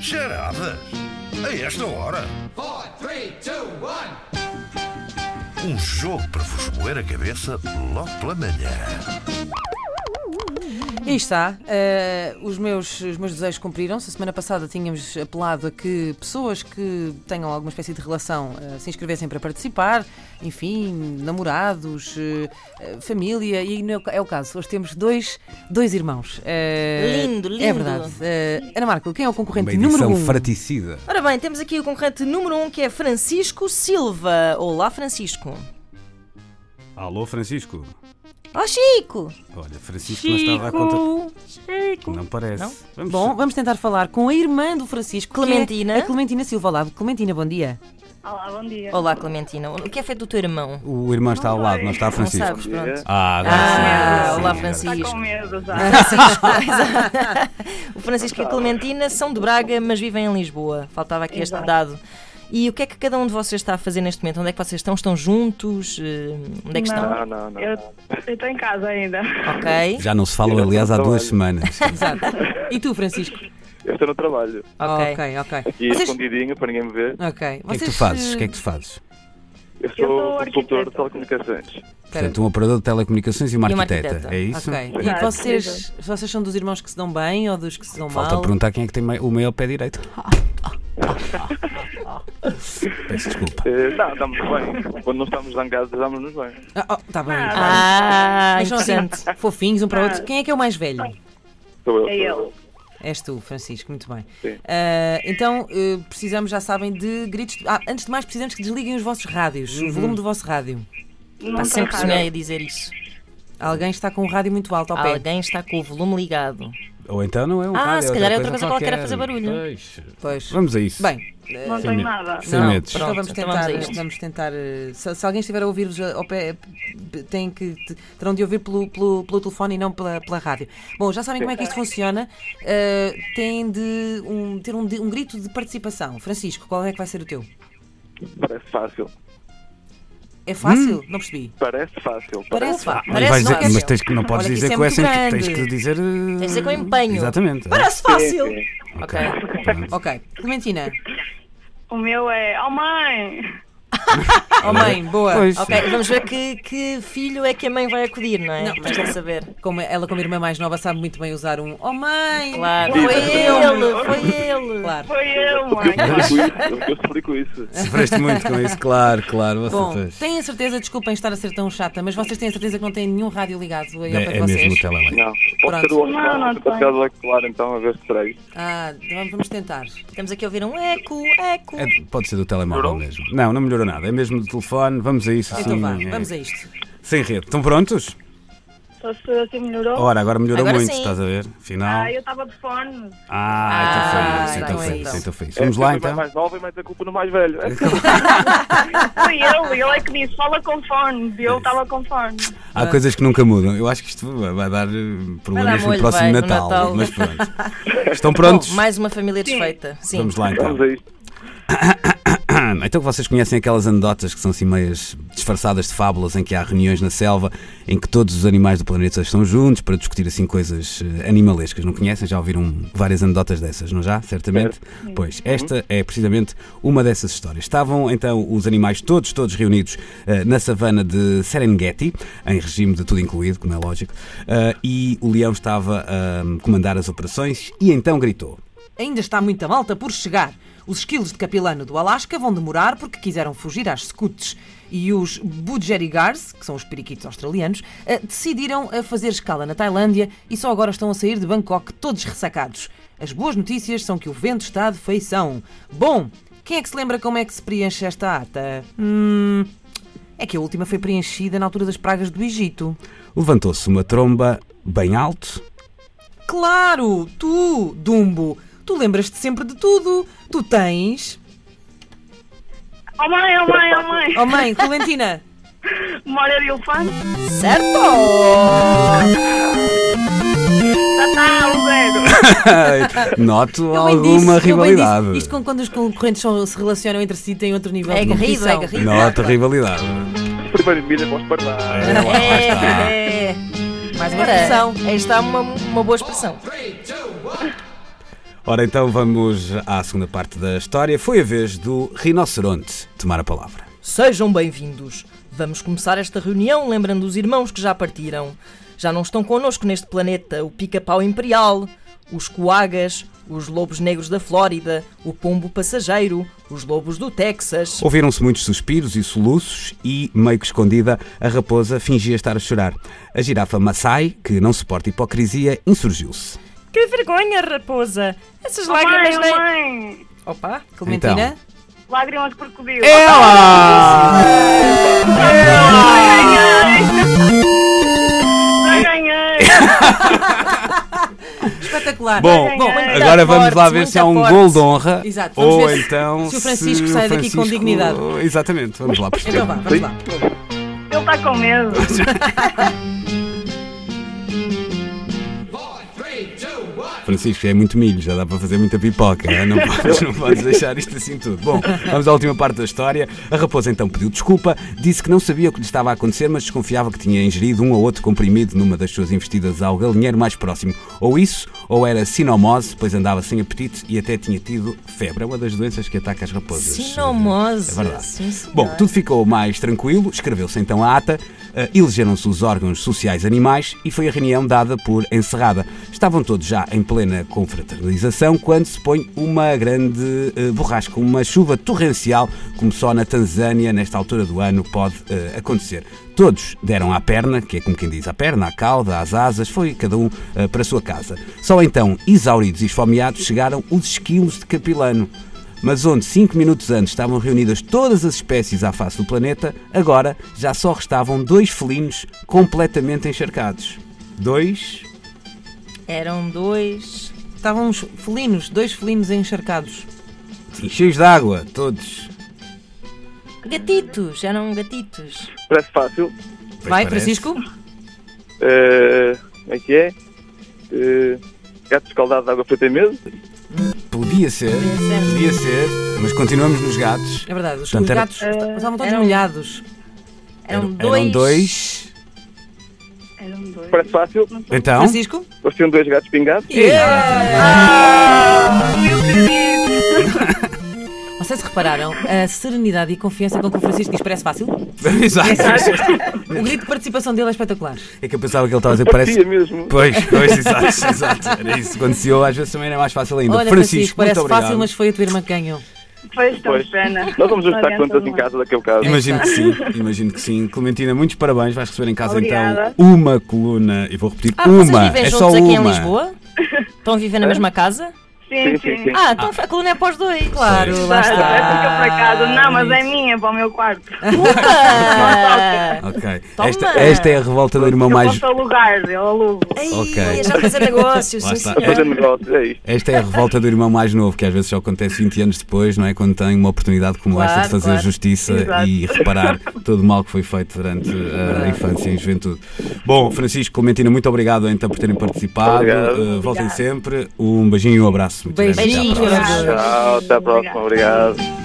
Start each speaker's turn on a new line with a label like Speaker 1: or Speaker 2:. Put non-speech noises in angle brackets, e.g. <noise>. Speaker 1: Charadas? A esta hora?
Speaker 2: four, three, two, one.
Speaker 1: Um jogo para vos moer a cabeça logo pela manhã.
Speaker 3: E está. eh, os, meus, os meus desejos cumpriram-se. A semana passada tínhamos apelado a que pessoas que tenham alguma espécie de relação eh, se inscrevessem para participar. Enfim, namorados, eh, eh, família. E não é o ca- é o caso. Hoje temos dois, dois irmãos. Eh,
Speaker 4: Lindo,
Speaker 3: É
Speaker 4: lindo.
Speaker 3: verdade. Eh, Ana Marco, quem é o
Speaker 5: Uma
Speaker 3: concorrente número
Speaker 5: edição
Speaker 3: um?
Speaker 5: fraticida.
Speaker 4: Ora bem, temos aqui o concorrente número 1 um, que é Francisco Silva. Olá, Francisco.
Speaker 5: Alô, Francisco.
Speaker 4: Oh, Chico!
Speaker 5: Olha, Francisco não estava a conta. Não parece. Vamos
Speaker 3: Bom, vamos tentar falar com a irmã do Francisco, que é
Speaker 4: Clementina.
Speaker 3: a Clementina Silva. Olá, Clementina, bom dia.
Speaker 6: Olá, bom dia.
Speaker 4: Olá, Clementina. O que é feito do teu irmão?
Speaker 5: O irmão está ao lado, não está,
Speaker 4: Não
Speaker 5: Francisco?
Speaker 4: sabes, pronto.
Speaker 5: Ah, agora
Speaker 4: Ah,
Speaker 5: sim,
Speaker 4: olá,
Speaker 5: agora sim.
Speaker 6: Está com
Speaker 4: Francisco.
Speaker 6: medo já.
Speaker 5: É.
Speaker 4: <laughs> O Francisco e a Clementina são de Braga, mas vivem em Lisboa. Faltava aqui este
Speaker 6: Exato.
Speaker 4: dado. E o que é que cada um de vocês está a fazer neste momento? Onde é que vocês estão? Estão juntos? Eh, Onde é que estão?
Speaker 7: Ah,
Speaker 6: Não, não, não. Eu eu estou em casa ainda.
Speaker 4: Ok,
Speaker 5: Já não se falam, aliás, há duas semanas. é
Speaker 3: Exato. E tu, Francisco?
Speaker 7: Eu estou no trabalho.
Speaker 4: ok.
Speaker 3: ok. ok.
Speaker 7: E
Speaker 3: Vocês-
Speaker 7: escondidinho para ninguém me ver.
Speaker 3: Ok.
Speaker 5: O que é que tu
Speaker 3: Vocês,
Speaker 5: fazes?
Speaker 3: eh,
Speaker 5: O que é que tu fazes?
Speaker 7: Eu
Speaker 6: Eu
Speaker 7: sou
Speaker 6: sou
Speaker 7: consultor
Speaker 6: arquiteta.
Speaker 7: de telecomunicações.
Speaker 3: eh,
Speaker 5: Portanto, um operador de telecomunicações e uma
Speaker 4: E uma
Speaker 5: arquiteta.
Speaker 4: arquiteta.
Speaker 5: É isso?
Speaker 3: Ok. E
Speaker 6: Exato,
Speaker 3: vocês, vocês são dos irmãos que se dão bem ou dos que se dão
Speaker 5: Falta
Speaker 3: mal?
Speaker 5: perguntar quem é que tem mai- o maior pé direito. Peço desculpa.
Speaker 7: Eh, não, damos bem. Quando não estamos zangados, damos-nos bem.
Speaker 3: Ah, oh, tá bem. tá
Speaker 4: Ah,
Speaker 3: bem. Mas são assim,
Speaker 4: interessante.
Speaker 3: fofinhos um para o outro. Quem é que é o mais velho?
Speaker 7: Sou eu.
Speaker 6: É
Speaker 7: sou
Speaker 6: ele.
Speaker 3: És tu, Francisco, muito bem.
Speaker 7: Sim.
Speaker 3: Ah, então, eh, precisamos, já sabem, de gritos. Ah, antes de mais, precisamos que desliguem os vossos rádios,
Speaker 5: Uhum.
Speaker 3: o volume do vosso rádio.
Speaker 6: Não
Speaker 4: Pá,
Speaker 6: tem
Speaker 4: sempre
Speaker 6: raiva.
Speaker 4: sonhei a dizer isso.
Speaker 3: Alguém está com o rádio muito alto ao pé.
Speaker 4: Alguém está com o volume ligado.
Speaker 5: Ou então não é um
Speaker 4: Ah,
Speaker 5: rádio,
Speaker 4: se calhar é outra coisa qualquer a fazer barulho.
Speaker 5: Pois.
Speaker 3: Pois.
Speaker 5: Vamos a isso.
Speaker 3: Bem,
Speaker 6: Não tem nada.
Speaker 5: Sem
Speaker 4: Não,
Speaker 5: medos.
Speaker 4: pronto.
Speaker 3: então vamos
Speaker 4: então
Speaker 3: tentar.
Speaker 4: vamos a
Speaker 3: vamos,
Speaker 4: isto.
Speaker 3: tentar eh, se, se alguém estiver a ouvir-vos eh, ao pé, eh, têm que, te- terão de ouvir pelo, pelo, pelo telefone e não pela, pela rádio. Bom, já sabem como é que isto funciona. Eh, têm de um- ter um, de- um grito de participação. Francisco, qual é que vai ser o teu?
Speaker 7: eu. Parece fácil.
Speaker 3: É fácil?
Speaker 4: Hum.
Speaker 3: Não percebi.
Speaker 7: Parece fácil.
Speaker 3: Parece fácil.
Speaker 5: Mas, vais
Speaker 3: Parece
Speaker 5: dizer-
Speaker 3: fácil.
Speaker 5: mas tens que, não podes
Speaker 3: Olha que
Speaker 5: dizer
Speaker 3: isso é
Speaker 5: com
Speaker 3: muito
Speaker 5: essa em- tens
Speaker 3: grande.
Speaker 5: que dizer. Tens
Speaker 4: que dizer com empenho.
Speaker 5: Exatamente.
Speaker 4: Parece fácil! Ok.
Speaker 5: Pronto.
Speaker 3: Ok.
Speaker 4: <laughs>
Speaker 3: Clementina.
Speaker 6: O meu é. Oh mãe!
Speaker 3: Oh mãe, boa.
Speaker 5: Pois.
Speaker 4: Ok, vamos ver que, que filho é que a mãe vai acudir, não é?
Speaker 3: Não.
Speaker 4: Mas quer saber.
Speaker 3: Como ela, como irmã mais nova, sabe muito bem usar um Oh mãe! Claro.
Speaker 4: Claro, foi ele, foi ele.
Speaker 3: claro.
Speaker 6: Foi eu,
Speaker 7: Eu
Speaker 6: mãe!
Speaker 7: explico isso. Eu explico isso.
Speaker 5: Sofreste muito com isso, claro, claro. Você
Speaker 3: Bom,
Speaker 5: fez.
Speaker 3: têm a certeza, desculpem estar a ser tão chata, mas vocês têm a certeza que não têm nenhum rádio ligado aí ao pé de
Speaker 5: É, é
Speaker 3: vocês?
Speaker 5: mesmo o telemóvel.
Speaker 7: Não. Pode
Speaker 3: Pronto.
Speaker 7: ser o outro
Speaker 6: Não, não
Speaker 7: lado. Pode ser o outro lado, então, a ver se trago.
Speaker 3: Ah, então vamos tentar.
Speaker 4: Estamos aqui a ouvir um eco, eco.
Speaker 5: É, pode ser do telemóvel
Speaker 7: Melhorou?
Speaker 5: mesmo. Não, não melhorou nada. É mesmo do telefone. Vamos a isso assim.
Speaker 3: Então vá,
Speaker 5: é,
Speaker 3: vamos a isto.
Speaker 5: Sem rede. Estão prontos?
Speaker 6: Só se assim melhorou.
Speaker 5: Ora, agora melhorou
Speaker 4: Agora
Speaker 5: muito,
Speaker 4: sim.
Speaker 5: estás a ver? Final.
Speaker 6: Ah, eu estava de fone.
Speaker 5: Ah,
Speaker 3: Ah,
Speaker 5: então
Speaker 3: então é
Speaker 5: foi isso. Então foi
Speaker 3: isso.
Speaker 5: isso. Então foi isso.
Speaker 7: É
Speaker 5: Vamos
Speaker 7: que
Speaker 5: lá
Speaker 7: também
Speaker 5: então. É.
Speaker 7: mais nova e mete a culpa no mais velho. É assim,
Speaker 6: Foi eu, ele é que disse: fala com fone. E eu estava com fone.
Speaker 5: Há coisas que nunca mudam. Eu acho que isto vai vai dar eh, problemas no
Speaker 4: molho,
Speaker 5: próximo
Speaker 4: vai, no
Speaker 5: Natal,
Speaker 4: Natal.
Speaker 5: Mas pronto. Estão prontos?
Speaker 4: Bom, mais uma família desfeita. Sim.
Speaker 5: Vamos lá então.
Speaker 7: Vamos a isto.
Speaker 5: Então que vocês conhecem aquelas anedotas que são assim meias disfarçadas de fábulas em que há reuniões na selva em que todos os animais do planeta estão juntos para discutir assim coisas eh, animalescas. Não conhecem? Já ouviram várias anedotas dessas, não já? Certamente. Pois, esta é precisamente uma dessas histórias. Estavam então os animais todos, todos reunidos eh, na savana de Serengeti, em regime de tudo incluído, como é lógico, eh, e o leão estava a comandar as operações e então gritou.
Speaker 3: Ainda está muita malta por chegar. Os esquilos de capilano do Alasca vão demorar porque quiseram fugir às scouts. E os budgerigars, que são os periquitos australianos, eh, decidiram a fazer escala na Tailândia e só agora estão a sair de Bangkok todos ressacados. As boas notícias são que o vento está de feição. Bom, quem é que se lembra como é que se preenche esta ata? Hum. É que a última foi preenchida na altura das pragas do Egito.
Speaker 5: Levantou-se uma tromba bem alto
Speaker 3: Claro, tu, Dumbo, tu lembras-te sempre de tudo. Tu tens.
Speaker 6: Oh mãe, oh mãe, oh mãe!
Speaker 3: Oh mãe, Clementina,
Speaker 6: Memória de elefante.
Speaker 4: Certo!
Speaker 6: Já está, o zero.
Speaker 5: Noto
Speaker 3: eu bem disse,
Speaker 5: alguma
Speaker 3: eu bem disse.
Speaker 5: rivalidade.
Speaker 3: Isto com- quando os concorrentes são- se relacionam entre si tem outro nível
Speaker 4: É
Speaker 3: de
Speaker 4: agarrido,
Speaker 3: competição.
Speaker 4: é agarrido.
Speaker 5: Noto rivalidade.
Speaker 7: Primeiro milha, posso parar.
Speaker 5: É, lá está.
Speaker 4: É, é.
Speaker 3: Mais uma
Speaker 4: Ora,
Speaker 3: expressão.
Speaker 4: aí está uma, uma boa expressão.
Speaker 5: Ora, então vamos à segunda parte da história. Foi a vez do rinoceronte tomar a palavra.
Speaker 4: Sejam bem-vindos. Vamos começar esta reunião lembrando os irmãos que já partiram. Já não estão connosco neste planeta o pica-pau imperial, os coagas, os lobos negros da Flórida, o pombo passageiro, os lobos do Texas.
Speaker 5: Ouviram-se muitos suspiros e soluços e, meio que escondida, a raposa fingia estar a chorar. A girafa Maasai, que não suporta hipocrisia, insurgiu-se.
Speaker 8: Que vergonha, raposa! Essas
Speaker 4: é
Speaker 6: Oh, mãe,
Speaker 8: lágrimas
Speaker 6: oh,
Speaker 8: nem.
Speaker 4: né?
Speaker 6: mãe.
Speaker 4: Opa!
Speaker 3: Clementina?
Speaker 6: Lágrimas de crocodilo.
Speaker 5: É Ela! É.
Speaker 6: Já ganhei.
Speaker 3: Espetacular.
Speaker 5: Bom,
Speaker 6: bom,
Speaker 5: agora vamos
Speaker 4: forte,
Speaker 5: lá ver
Speaker 4: muito
Speaker 5: se há um
Speaker 4: forte.
Speaker 5: gol de honra.
Speaker 3: Exato, vamos
Speaker 5: Ou
Speaker 3: ver se-
Speaker 5: então.
Speaker 3: se o Francisco sai daqui com dignidade.
Speaker 5: Exatamente, vamos lá perceber.
Speaker 3: Então vá, vamos lá.
Speaker 6: Ele está com medo.
Speaker 5: <laughs>
Speaker 2: Four, three, two, one.
Speaker 5: Francisco, é muito milho, já dá para fazer muita pipoca. né? Não podes, não podes deixar isto assim tudo. Bom, vamos à última parte da história. A raposa então pediu desculpa, disse que não sabia o que lhe estava a acontecer, mas desconfiava que tinha ingerido um ou outro comprimido numa das suas investidas ao galinheiro mais próximo. Ou isso, ou era sinomose, pois andava sem apetite e até tinha tido febre. É uma das doenças que ataca as raposas.
Speaker 4: Sinomose.
Speaker 5: É verdade.
Speaker 4: Sim, senhor.
Speaker 5: Bom, tudo ficou mais tranquilo, escreveu-se então a ata, eh, elegeram-se os órgãos sociais animais e foi a reunião dada por encerrada. Estavam todos já em plena confraternização quando se põe uma grande eh, borrasca, uma chuva torrencial, como só na Tanzânia, nesta altura do ano, pode eh, acontecer. Todos deram à perna, que é como quem diz, à perna, à cauda, às asas, foi cada um eh, para a sua casa. Só então, exauridos e esfomeados, chegaram os esquilos de Capilano. Mas onde cinco minutos antes estavam reunidas todas as espécies à face do planeta, agora já só restavam dois felinos completamente encharcados. Dois?
Speaker 4: Eram dois.
Speaker 3: Estavam uns felinos, dois felinos encharcados.
Speaker 5: Sim, cheios de água, todos.
Speaker 4: Gatitos, eram gatitos.
Speaker 7: Parece fácil.
Speaker 5: Pois
Speaker 3: Vai,
Speaker 5: parece.
Speaker 3: Francisco?
Speaker 7: Eh, como é que é? Eh, gato escaldado de água preta tem medo?
Speaker 5: Podia ser,
Speaker 4: Podia ser.
Speaker 5: podia ser, mas continuamos nos gatos.
Speaker 3: É verdade, os,
Speaker 5: Portanto,
Speaker 3: os
Speaker 5: era-
Speaker 3: gatos estavam todos
Speaker 4: eram-
Speaker 3: molhados.
Speaker 4: Eram, dois.
Speaker 5: Eram dois.
Speaker 6: Eram um dois.
Speaker 7: Parece fácil.
Speaker 5: Então,
Speaker 3: Francisco?
Speaker 7: Eles tinham dois gatos pingados.
Speaker 5: É.
Speaker 3: <laughs> Não sei se repararam, a serenidade e confiança com que o Francisco diz parece fácil.
Speaker 5: <laughs> exato.
Speaker 3: O grito de participação dele é espetacular.
Speaker 5: É que eu pensava que ele estava a dizer,
Speaker 7: Parecia
Speaker 5: parece.
Speaker 7: mesmo.
Speaker 5: Pois, pois, exato, <laughs> exato. Era isso. Quando se ouve, às vezes também era mais fácil ainda.
Speaker 3: Olha,
Speaker 5: Francisco,
Speaker 3: Francisco,
Speaker 5: muito
Speaker 3: parece
Speaker 5: obrigado.
Speaker 3: fácil, mas foi a tua irmã que ganhou.
Speaker 6: Pois, tão
Speaker 7: Pois.
Speaker 6: pena.
Speaker 7: Nós vamos ajustar
Speaker 6: Olha,
Speaker 7: contas
Speaker 6: tudo
Speaker 7: em
Speaker 6: bem.
Speaker 7: casa daqui a bocado.
Speaker 5: Imagino que sim, imagino que sim. Clementina, muitos parabéns. Vais receber em casa
Speaker 6: Obrigada.
Speaker 5: então uma coluna, e vou repetir,
Speaker 4: Ah,
Speaker 5: uma.
Speaker 4: vocês vivem
Speaker 5: é só
Speaker 4: juntos
Speaker 5: uma.
Speaker 4: aqui em Lisboa? Estão a viver na mesma casa?
Speaker 6: Sim,
Speaker 7: Sim, sim,
Speaker 6: sim.
Speaker 7: sim.
Speaker 4: Ah, então a coluna é para os dois.
Speaker 3: Claro, lá
Speaker 6: Claro, é porque eu
Speaker 3: está.
Speaker 6: para casa. Não, mas é minha, para o meu quarto.
Speaker 4: Opa!
Speaker 5: Ok.
Speaker 4: Toma.
Speaker 5: Esta, esta é a revolta do irmão
Speaker 6: Eu
Speaker 5: mais.
Speaker 6: posso alugar, eu alugo.
Speaker 4: Ai,
Speaker 5: <laughs> Ok.
Speaker 4: já fazer negócios,
Speaker 5: Lá
Speaker 4: sim,
Speaker 5: está.
Speaker 4: senhor.
Speaker 7: Fazer negócios, é isto.
Speaker 5: Esta é a revolta do irmão mais novo, que às vezes só acontece 20 anos depois, não é? Quando tem uma oportunidade como
Speaker 4: Claro,
Speaker 5: esta de fazer
Speaker 4: claro.
Speaker 5: justiça e reparar todo o mal que foi feito durante eh, a infância e a juventude. Bom, Francisco, Clementina, muito obrigado então por terem participado.
Speaker 7: Obrigado.
Speaker 5: Eh, voltem sempre. Um beijinho e um abraço. Muito grande. Até à
Speaker 3: Beijinhos.
Speaker 5: próxima.
Speaker 7: Tchau, até à próxima. Obrigado.